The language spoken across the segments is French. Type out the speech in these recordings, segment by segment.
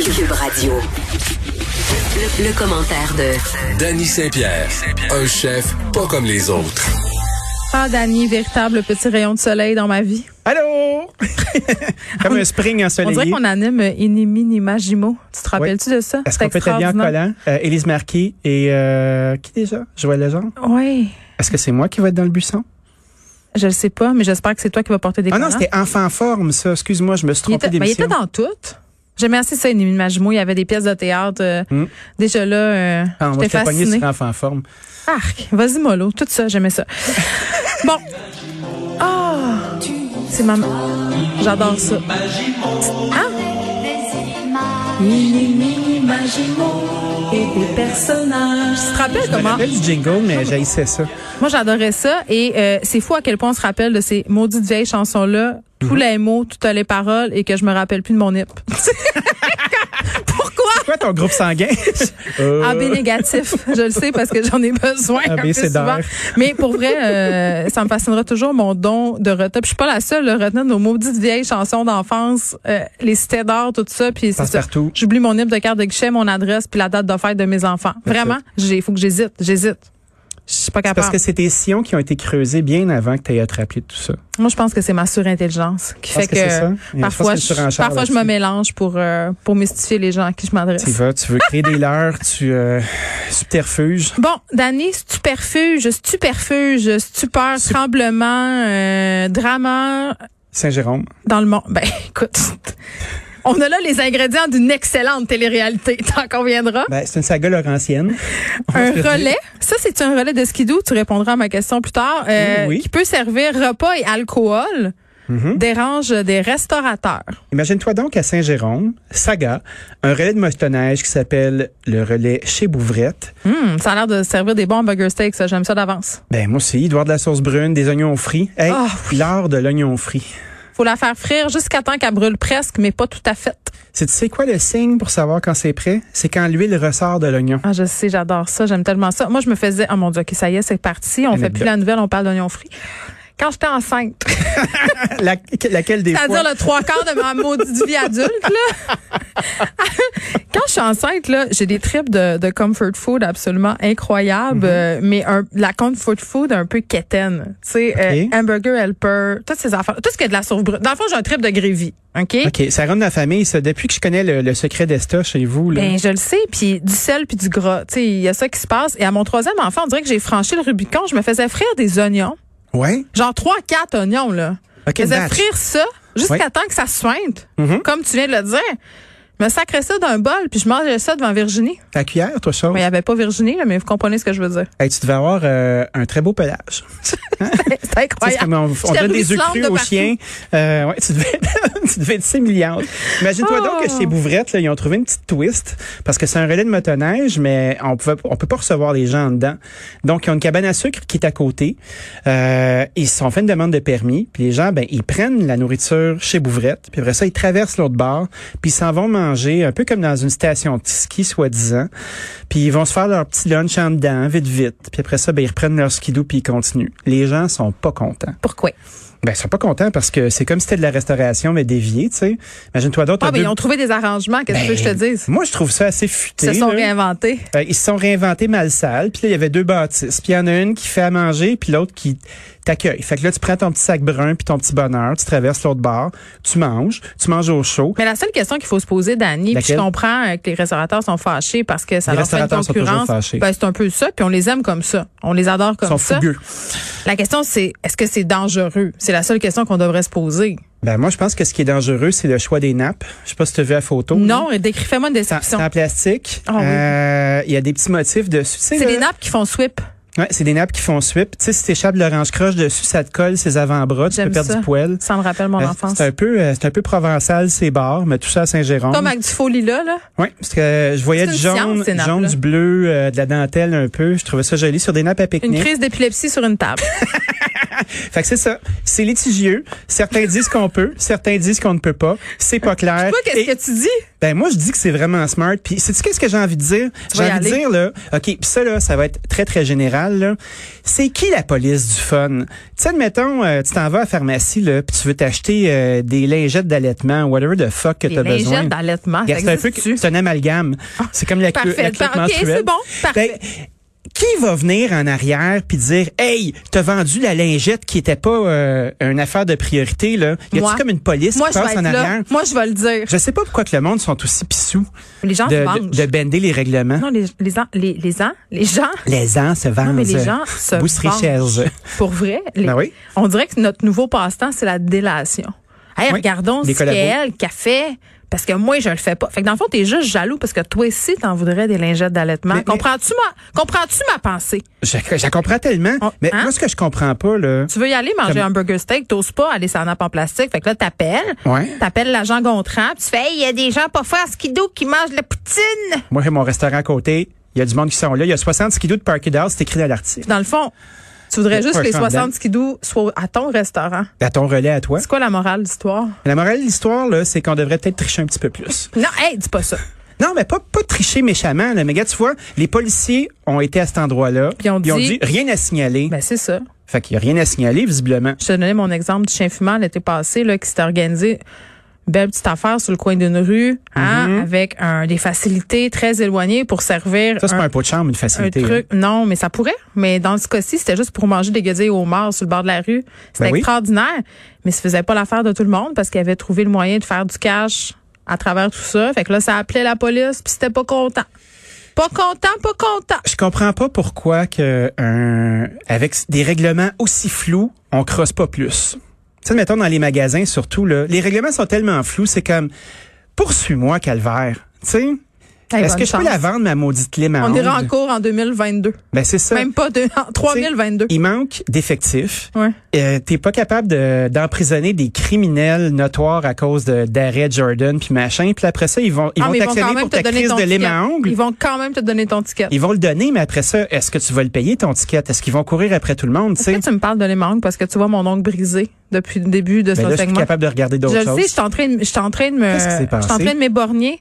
Cube Radio. Le, le commentaire de Danny Saint-Pierre, un chef pas comme les autres. Ah, Dani, véritable petit rayon de soleil dans ma vie. Allô? Comme un spring On ensoleillé. dirait qu'on anime euh, In Minima Jimo. Tu te rappelles-tu de ça? Est-ce qu'on peut être bien collant? Euh, Élise Marquis et euh, qui déjà? Joël Legendre? Oui, Est-ce que c'est moi qui vais être dans le buisson? je le sais pas, mais j'espère que c'est toi qui vas porter des Ah non, collants. c'était enfant en forme, ça. Excuse-moi, je me suis il trompé était, ben, il d'émission. était dans tout. J'aimais assez ça, In Minima Jimo. Il y avait des pièces de théâtre. euh, Déjà là, euh, Hmm. Ah, on va j'étais te faire pogner fascinée. sur enfant en forme. Arc, vas-y mollo, tout ça, j'aimais ça. bon. Ah, c'est maman. J'adore ça. Hein? et des personnages. Tu te rappelles Je me comment? rappelle du jingle, mais j'haïssais ça. Moi, j'adorais ça et euh, c'est fou à quel point on se rappelle de ces maudites vieilles chansons-là, tous Mhm. les mots, toutes les paroles et que je me rappelle plus de mon hip. Pourquoi? Quoi ton groupe sanguin? AB Ah, négatif, je le sais parce que j'en ai besoin un AB, peu Ah, c'est souvent. d'air. Mais pour vrai, euh, ça me fascinera toujours mon don de retenir. Puis Je suis pas la seule, là, retenir nos maudites vieilles chansons d'enfance, euh, les cités d'or, tout ça. Puis c'est ça. Passe-partout. J'oublie mon hip de carte de guichet, mon adresse, puis la date de fête de mes enfants. Vraiment, il faut que j'hésite, j'hésite. Je suis pas capable. Parce que c'est des sillons qui ont été creusés bien avant que tu aies à te rappeler de tout ça. Moi, je pense que c'est ma surintelligence qui Parce fait que c'est ça. Et je parfois, pense qu'il y a une je, surenchère parfois je me là-dessus. mélange pour euh, pour mystifier les gens à qui je Tu y m'adresse. vas, tu veux créer des leurs, tu euh, subterfuges. Bon, Dani, superfuge, superfuge, stupeur, tremblement, euh, drama Saint-Jérôme. dans le monde. Ben, écoute, on a là les ingrédients d'une excellente télé-réalité. T'en conviendras. Ben, c'est une saga laurentienne. On va un se le dire. Eh relais. Ça, c'est un relais de skidoo. Tu répondras à ma question plus tard. euh, Oui. Mm-hmm. Qui peut servir repas et alcool. Dérange des restaurateurs. Imagine-toi donc à Saint-Jérôme, Saga, un relais de motoneige qui s'appelle le relais chez Bouvrette. Hum, ça a l'air de servir des bons burger steaks. ça. J'aime ça d'avance. Ben moi aussi, il doit y avoir de la sauce brune, des oignons frits. Hey, Ah, l'art de l'oignon frit. Faut la faire frire jusqu'à temps qu'elle brûle presque, mais pas tout à fait. C'est tu sais quoi le signe pour savoir quand c'est prêt C'est quand l'huile ressort de l'oignon. Ah, je sais, j'adore ça. J'aime tellement ça. Moi, je me faisais, oh mon dieu, ok, ça y est, c'est parti. On fait Anecdote. plus la nouvelle, on parle d'oignons frits. Quand j'étais enceinte, La- laquelle des c'est-à-dire fois le trois quarts de ma maudite vie adulte, là. Quand je suis enceinte, là, j'ai des tripes de, de comfort food absolument incroyables, Mm-hmm. euh, mais un, la comfort food un peu quétaine. Tu sais, Ok. euh, hamburger helper, toutes ces affaires, tout ce qui est de la sauce brune. Dans le fond, j'ai un trip de grévy, OK? Ok, ça rentre dans la famille. Ça. Depuis que je connais le, le secret d'Esta chez vous, là, Ben, je le sais, puis du sel puis du gras, tu sais, il y a ça qui se passe. Et à mon troisième enfant, on dirait que j'ai franchi le Rubicon. Je me faisais frire des oignons, ouais. genre trois, quatre oignons là. Ok, je faisais batch. frire ça jusqu'à Ouais. Mm-hmm. temps que ça sointe, comme tu viens de le dire. Je me sacrais ça d'un bol puis je mangeais ça devant Virginie. Ta cuillère, toi, chose. Mais il n'y avait pas Virginie là, mais vous comprenez ce que je veux dire. Hey, tu devais avoir euh, un très beau pelage. C'était Tu sais, c'est incroyable. comme on, on J'étais donne des œufs ruisselante crus de aux partout. chiens. Euh, ouais, tu devais, tu devais être 6 milliards. Imagine-toi donc que chez Bouvrette, là, ils ont trouvé une petite twist parce que c'est un relais de motoneige, mais on pouvait, on peut pas recevoir les gens en dedans. Donc, ils ont une cabane à sucre qui est à côté. Euh, ils se sont fait une demande de permis. Puis les gens, ben, ils prennent la nourriture chez Bouvrette. Puis après ça, ils traversent l'autre bar. Puis ils s'en vont manger un peu comme dans une station de ski, soi-disant. Puis ils vont se faire leur petit lunch en dedans, vite, vite. Puis après ça, ben, ils reprennent leur skidoo puis ils continuent. Les gens sont pas contents. Pourquoi? Ben, ils sont pas contents parce que c'est comme si c'était de la restauration, mais déviée, tu sais. Imagine-toi d'autres. Ah, ben, ils ont trouvé des arrangements, qu'est-ce que tu veux que je te dise? Moi, je trouve ça assez Ils futé. se sont Ben, là. réinventés. Euh, ils se sont réinventés mal sale. Puis là, il y avait deux bâtisses. Puis il y en a une qui fait à manger, puis l'autre qui t'accueille. Fait que là, tu prends ton petit sac brun, puis ton petit bonheur, tu traverses l'autre bar, tu manges, tu manges au chaud. Mais la seule question qu'il faut se poser, Dani, puis je Laquelle? comprends euh, que les restaurateurs sont fâchés parce que ça Les leur fait une restaurateurs sont toujours concurrence. fâchés. Ben, c'est un peu ça, puis on les aime comme ça. On les adore Ils comme sont ça. fougueux. La question, c'est est-ce que c'est dangereux? C'est la seule question qu'on devrait se poser. Ben, moi, je pense que ce qui est dangereux, c'est le choix des nappes. Je sais pas si tu as vu la photo. Non, et décris, fais-moi une C'est en- C'est description. en plastique. Ah oui. Euh, Il y a des petits motifs dessus. Tu sais, C'est là, des nappes qui font sweep. Ouais, c'est des nappes qui font suite. Tu sais, si t'échappes de l'orange croche dessus, ça te colle ses avant-bras, tu J'aime peux perdre ça. du poil. Ça me rappelle mon Euh, enfance. C'est un peu, euh, c'est un peu provençal, ces bars, mais tout ça à Saint-Jérôme. Comme avec du faux lilas, là. Oui, parce que euh, je voyais C'est du une science, jaune, ces nappes-là. jaune, du bleu, euh, de la dentelle un peu. Je trouvais ça joli sur des nappes à Une pique-nique. crise d'épilepsie sur une table. Fait que c'est ça. C'est litigieux. Certains disent qu'on peut, certains disent qu'on ne peut pas. C'est pas clair. Toi, qu'est-ce Et- que tu dis? Ben moi je dis que c'est vraiment smart. Puis sais-tu qu'est-ce que j'ai envie de dire J'ai vas y envie de aller. dire là, OK, puis ça là, ça va être très très général là. C'est qui la police du fun Tu sais admettons euh, tu t'en vas à la pharmacie là, puis tu veux t'acheter euh, des lingettes d'allaitement, whatever the fuck que Des tu as besoin. lingettes d'allaitement, ça Regarde, C'est un peu existe-tu? c'est un amalgame. C'est comme la, clé Parfait. la clique Par- OK, c'est menstruelle. bon. Parfait. Ben, qui va venir en arrière puis dire hey t'as vendu la lingette qui était pas euh, une affaire de priorité là y Moi. a-tu comme une police Moi, qui je vais passe être en là. arrière Moi, je vais le dire. je sais pas pourquoi que le monde sont aussi pissous Les gens se de, vengent. de, de bender les règlements. Non, les, les, ans- les, les ans, les gens, Les ans se vendent. Non, mais les gens se Bousserie vengent. Cherge. pour vrai, les- Ben oui. on dirait que notre nouveau passe-temps, c'est la délation. Hey, Oui, regardons des ce qu'elle collabos. elle qu'a fait, parce que moi, je le fais pas. Fait que dans le fond, t'es juste jaloux parce que toi aussi, t'en voudrais des lingettes d'allaitement. Mais- mais- Comprends-tu ma, comprends-tu ma pensée? Je, je la comprends tellement. On- mais hein? moi, ce que je comprends pas, là. Tu veux y aller manger Comme- un burger steak, t'oses pas aller sur un nappe en plastique. Fait que là, t'appelles. Ouais. T'appelles l'agent Gontran, puis tu fais, Hey, il y a des gens pas forts skido qui mangent la poutine. Moi, j'ai mon restaurant à côté. Il y a du monde qui sont là. Il y a 60 skidoux de Parquet d'Or. C'est écrit dans l'article. Dans le fond, tu voudrais C'est juste pas que les un scandale. 60 skidou soient à ton restaurant. À ton relais à toi. C'est quoi la morale de l'histoire? La morale de l'histoire, là, c'est qu'on devrait peut-être tricher un petit peu plus. Non, hey, dis pas ça. Non, mais pas, pas tricher méchamment, là. Mais gars, tu vois, les policiers ont été à cet endroit-là. Puis on ils ont dit- dit rien à signaler. Ben, c'est ça. Fait qu'il n'y a rien à signaler, visiblement. Je te donnais mon exemple du chien fumant l'été passé, là, qui s'était organisé une belle petite affaire sur le coin d'une rue, hein, Mm-hmm. avec un, des facilités très éloignées pour servir Ça, c'est un, pas un pot de chambre, une un facilité. hein. truc. Non, mais ça pourrait. Mais dans ce cas-ci, c'était juste pour manger des guédilles au mort sur le bord de la rue. C'était Ben oui. extraordinaire. Mais ça faisait pas l'affaire de tout le monde parce qu'il avait trouvé le moyen de faire du cash à travers tout ça. Fait que là, ça appelait la police, puis c'était pas content. Pas content, pas content. Je comprends pas pourquoi que un- avec des règlements aussi flous, on crosse pas plus. Tu sais, mettons dans les magasins surtout là, les règlements sont tellement flous, c'est comme poursuis-moi calvaire. Tu sais, Hey, est-ce bonne que je chance. peux la vendre ma maudite lime à On onde? ira en cours en 2022. Ben c'est ça. Même pas de, en Tu sais, 3022. Il manque d'effectifs. Ouais. Euh, T'es pas capable de- d'emprisonner des criminels notoires à cause de- d'arrêt Jordan puis machin. Puis après ça, ils vont ils Ah, vont mais t'actionner pour ta crise de lime ticket. à ongle. Ils vont quand même te donner ton ticket. Ils vont le donner, mais après ça, est-ce que tu vas le payer ton ticket? Est-ce qu'ils vont courir après tout le monde? tu Est-ce sais? que tu me parles de lime à ongle parce que tu vois mon ongle brisé depuis le début de Ben ce là, je suis segment? plus capable de regarder Je d'autres le sais, je choses. suis en train de, je suis en train de me, Qu'est-ce qui s'est je suis en passé? train de m'éborgner.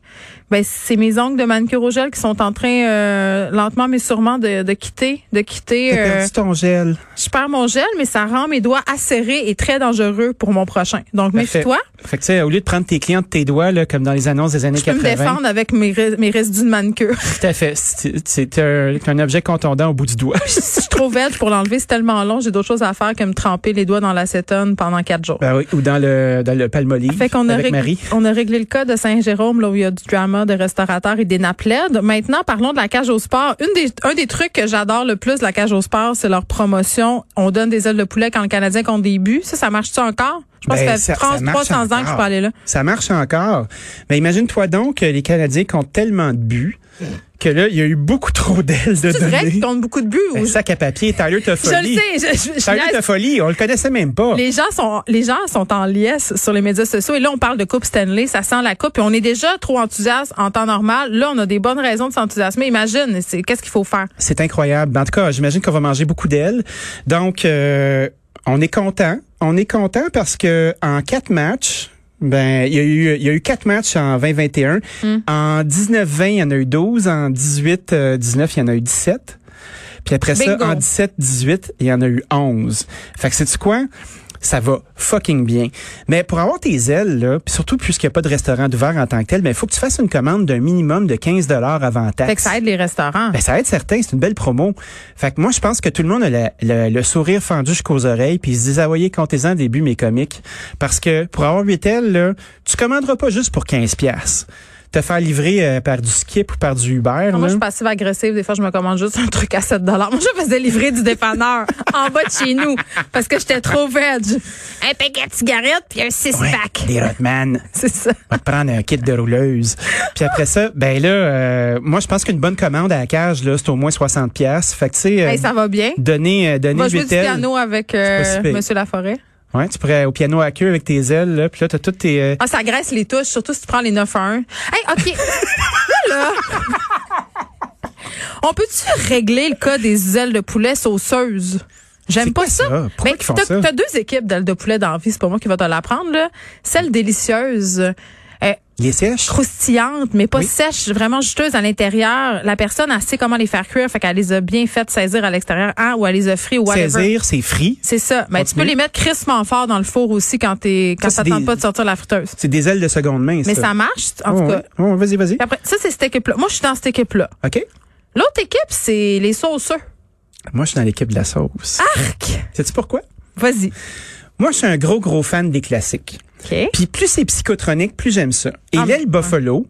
Ben, c'est mes ongles de manucure au gel qui sont en train, euh, lentement mais sûrement de, de quitter, de quitter. T'as euh, perdu ton gel. je perds mon gel, mais ça rend mes doigts acérés et très dangereux pour mon prochain. Donc, Parfait. méfie-toi. Fait que tu sais, au lieu de prendre tes clients de tes doigts, là, comme dans les annonces des années Je peux me 80. défendre avec mes, ré- mes résidus de manucure. Tout à fait. C'est c'est un, c'est un objet contondant au bout du doigt. si je suis trop belle pour l'enlever, c'est tellement long, j'ai d'autres choses à faire que me tremper les doigts dans l'acétone pendant quatre jours. Ben oui, ou dans le, dans le palmolive. Fait qu'on a, avec rég- Marie. on a réglé le cas de Saint-Jérôme, là où il y a du drama de restaurateurs et des naplèdes. Maintenant, parlons de la cage au sport. Une des, un des trucs que j'adore le plus de la cage au sport, c'est leur promotion. On donne des ailes de poulet quand le Canadien compte des buts. Ça, ça marche-tu encore? Je pense Ben, que ça ça- fait 30, ça marche 300 ans que je encore. peux aller là. Ça marche encore. Mais imagine-toi donc que les Canadiens comptent tellement de buts que là, il y a eu beaucoup trop d'ailes de C'est vrai qu'ils données. comptent beaucoup de buts? ou- Un sac à papier, Tyler je le Toffoli. sais. je- je- je Tyler laisse- Toffoli, on le connaissait même pas. Les gens sont les gens sont en liesse sur les médias sociaux et là on parle de coupe Stanley, ça sent la coupe et on est déjà trop enthousiaste en temps normal. Là on a des bonnes raisons de s'enthousiasmer. Imagine, c'est qu'est-ce qu'il faut faire C'est incroyable. En tout cas, j'imagine qu'on va manger beaucoup d'ailes. Donc, euh, on est content. On est content parce que en quatre matchs, ben, il y a eu, il y a eu quatre matchs en 2021. Hmm. En 19-20, il y en a eu 12. En 18-19, il y en a eu 17. Puis après Bingo. ça, en 17-18, il y en a eu 11. Fait que sais-tu quoi? Ça va fucking bien. Mais pour avoir tes ailes, là, puis surtout puisqu'il n'y a pas de restaurant d'ouvert en tant que tel, il faut que tu fasses une commande d'un minimum de 15 avant taxe. Fait que ça aide les restaurants. Ben, ça va être certain, c'est une belle promo. Fait que moi, je pense que tout le monde a la- le, le sourire fendu jusqu'aux oreilles, puis ils se disent, ah, voyez, comptez-en des buts, mes comiques. Parce que pour avoir 8 ailes, là, tu commanderas pas juste pour 15 piastres. te faire livrer euh, par du skip ou par du Uber. Moi, là. je suis passive agressive. Des fois, je me commande juste un truc à 7 Moi, je faisais livrer du dépanneur en bas de chez nous parce que j'étais trop veg. Un paquet de cigarettes puis un Ouais, six-pack. des Rotman. C'est ça. va te prendre un kit de rouleuse. Puis après ça, ben là, euh, moi, je pense qu'une bonne commande à la cage, là, c'est au moins 60$. piastres. Fait que, tu sais, euh, Hey, ça va bien. donner, euh, donner Va jouer du Vittel. piano avec euh, C'est pas si pire. Monsieur Laforêt. Ouais, tu pourrais au piano à queue avec tes ailes, là. Puis là, t'as toutes tes... euh, Ah, ça graisse les touches, surtout si tu prends les 9 à 1. Hey, OK. Là, là. On peut-tu régler le cas des ailes de poulet sauceuses? C'est J'aime pas quoi ça? ça. Pourquoi Ben, qu'ils font t'as- ça? T'as deux équipes d'ailes de poulet dans la vie, c'est pas moi qui va te l'apprendre, là. Celle délicieuse. euh, les sièges. croustillante, mais pas Oui. sèche, vraiment juteuse à l'intérieur. La personne, elle sait comment les faire cuire, fait qu'elle les a bien faites saisir à l'extérieur, hein, ou elle les a frites, ou whatever. Saisir, c'est free. C'est ça. Mais tu peux Continue. les mettre crissement fort dans le four aussi quand t'es, quand Ça, ça, c'est tente des- pas de sortir la friteuse. C'est des ailes de seconde main, Mais ça. Ah ça marche, en Ouais, tout cas. ouais. Oh, Ouais, vas-y, vas-y. Puis après, ça, c'est cette équipe-là. Moi, je suis dans cette équipe-là. OK. L'autre équipe, c'est les sauceux. Moi, je suis dans l'équipe de la Ah! sauce. Arc! Sais-tu pourquoi? Vas-y. Moi, je suis un gros, gros fan des classiques. OK. Puis plus c'est psychotronique, plus j'aime ça. Et Ah, l'aile buffalo,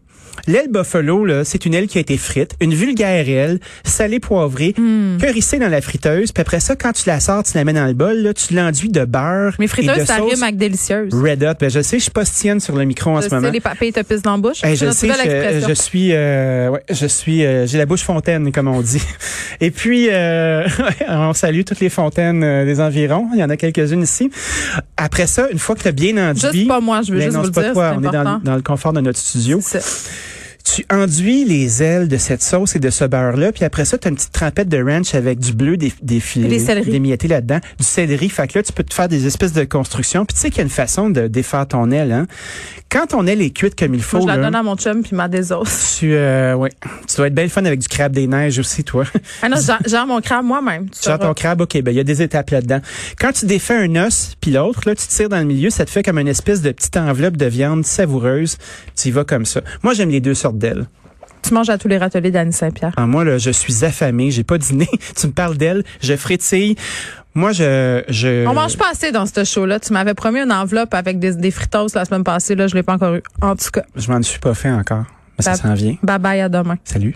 l'aile buffalo, là, c'est une aile qui a été frite, une vulgaire aile, salée poivrée, Hmm. purissée dans la friteuse. Puis après ça, quand tu la sors, tu la mets dans le bol, là, tu l'enduis de beurre Mais et friteuse, de ça sauce rime avec délicieuse. Red Hot. Ben, je sais, je suis postienne sur le micro en Je ce sais, moment. les papilles te pissent dans la bouche. Eh, C'est je le notre sais, nouvelle je, expression. je suis, euh, ouais, je suis, euh, j'ai la bouche fontaine comme on dit. Et puis, euh, on salue toutes les fontaines euh, des environs. Il y en a quelques-unes ici. Après ça, une fois que tu as bien enduit, Juste pas moi, je veux Mais juste non, vous le c'est pas dire. toi, c'est on est dans, important. dans le confort de notre studio. C'est ça. Tu enduis les ailes de cette sauce et de ce beurre-là, puis après ça, tu as une petite trempette de ranch avec du bleu, des, des filets, Des céleris. des miettés là-dedans, du céleri. Fait que là, tu peux te faire des espèces de constructions. Puis tu sais qu'il y a une façon de défaire ton aile. Hein? Quand ton aile est cuite comme il Moi, faut, je la là, donne à mon chum puis ma désosse. tu, euh, ouais. tu dois être belle fun avec du crabe des neiges aussi, toi. Ah non, genre, mon crabe moi-même. Tu Tu gères sauras. ton crabe, OK, ben il y a des étapes là-dedans. Quand tu défais un os, puis l'autre, là, tu tires dans le milieu, ça te fait comme une espèce de petite enveloppe de viande savoureuse. Tu y vas comme ça. Moi, j'aime les deux sortes d'ailes. Tu manges à tous les râteliers d'Annie Saint-Pierre. Ah, moi, là, je suis affamé, j'ai pas dîné. tu me parles d'elle, je frétille. Moi, je... je... On mange pas assez dans ce show-là. Tu m'avais promis une enveloppe avec des, des friteuses la semaine passée. Là, je l'ai pas encore eu. En tout cas, Je m'en suis pas fait encore. Mais ça Bye. s'en vient. bye bye à demain. Salut.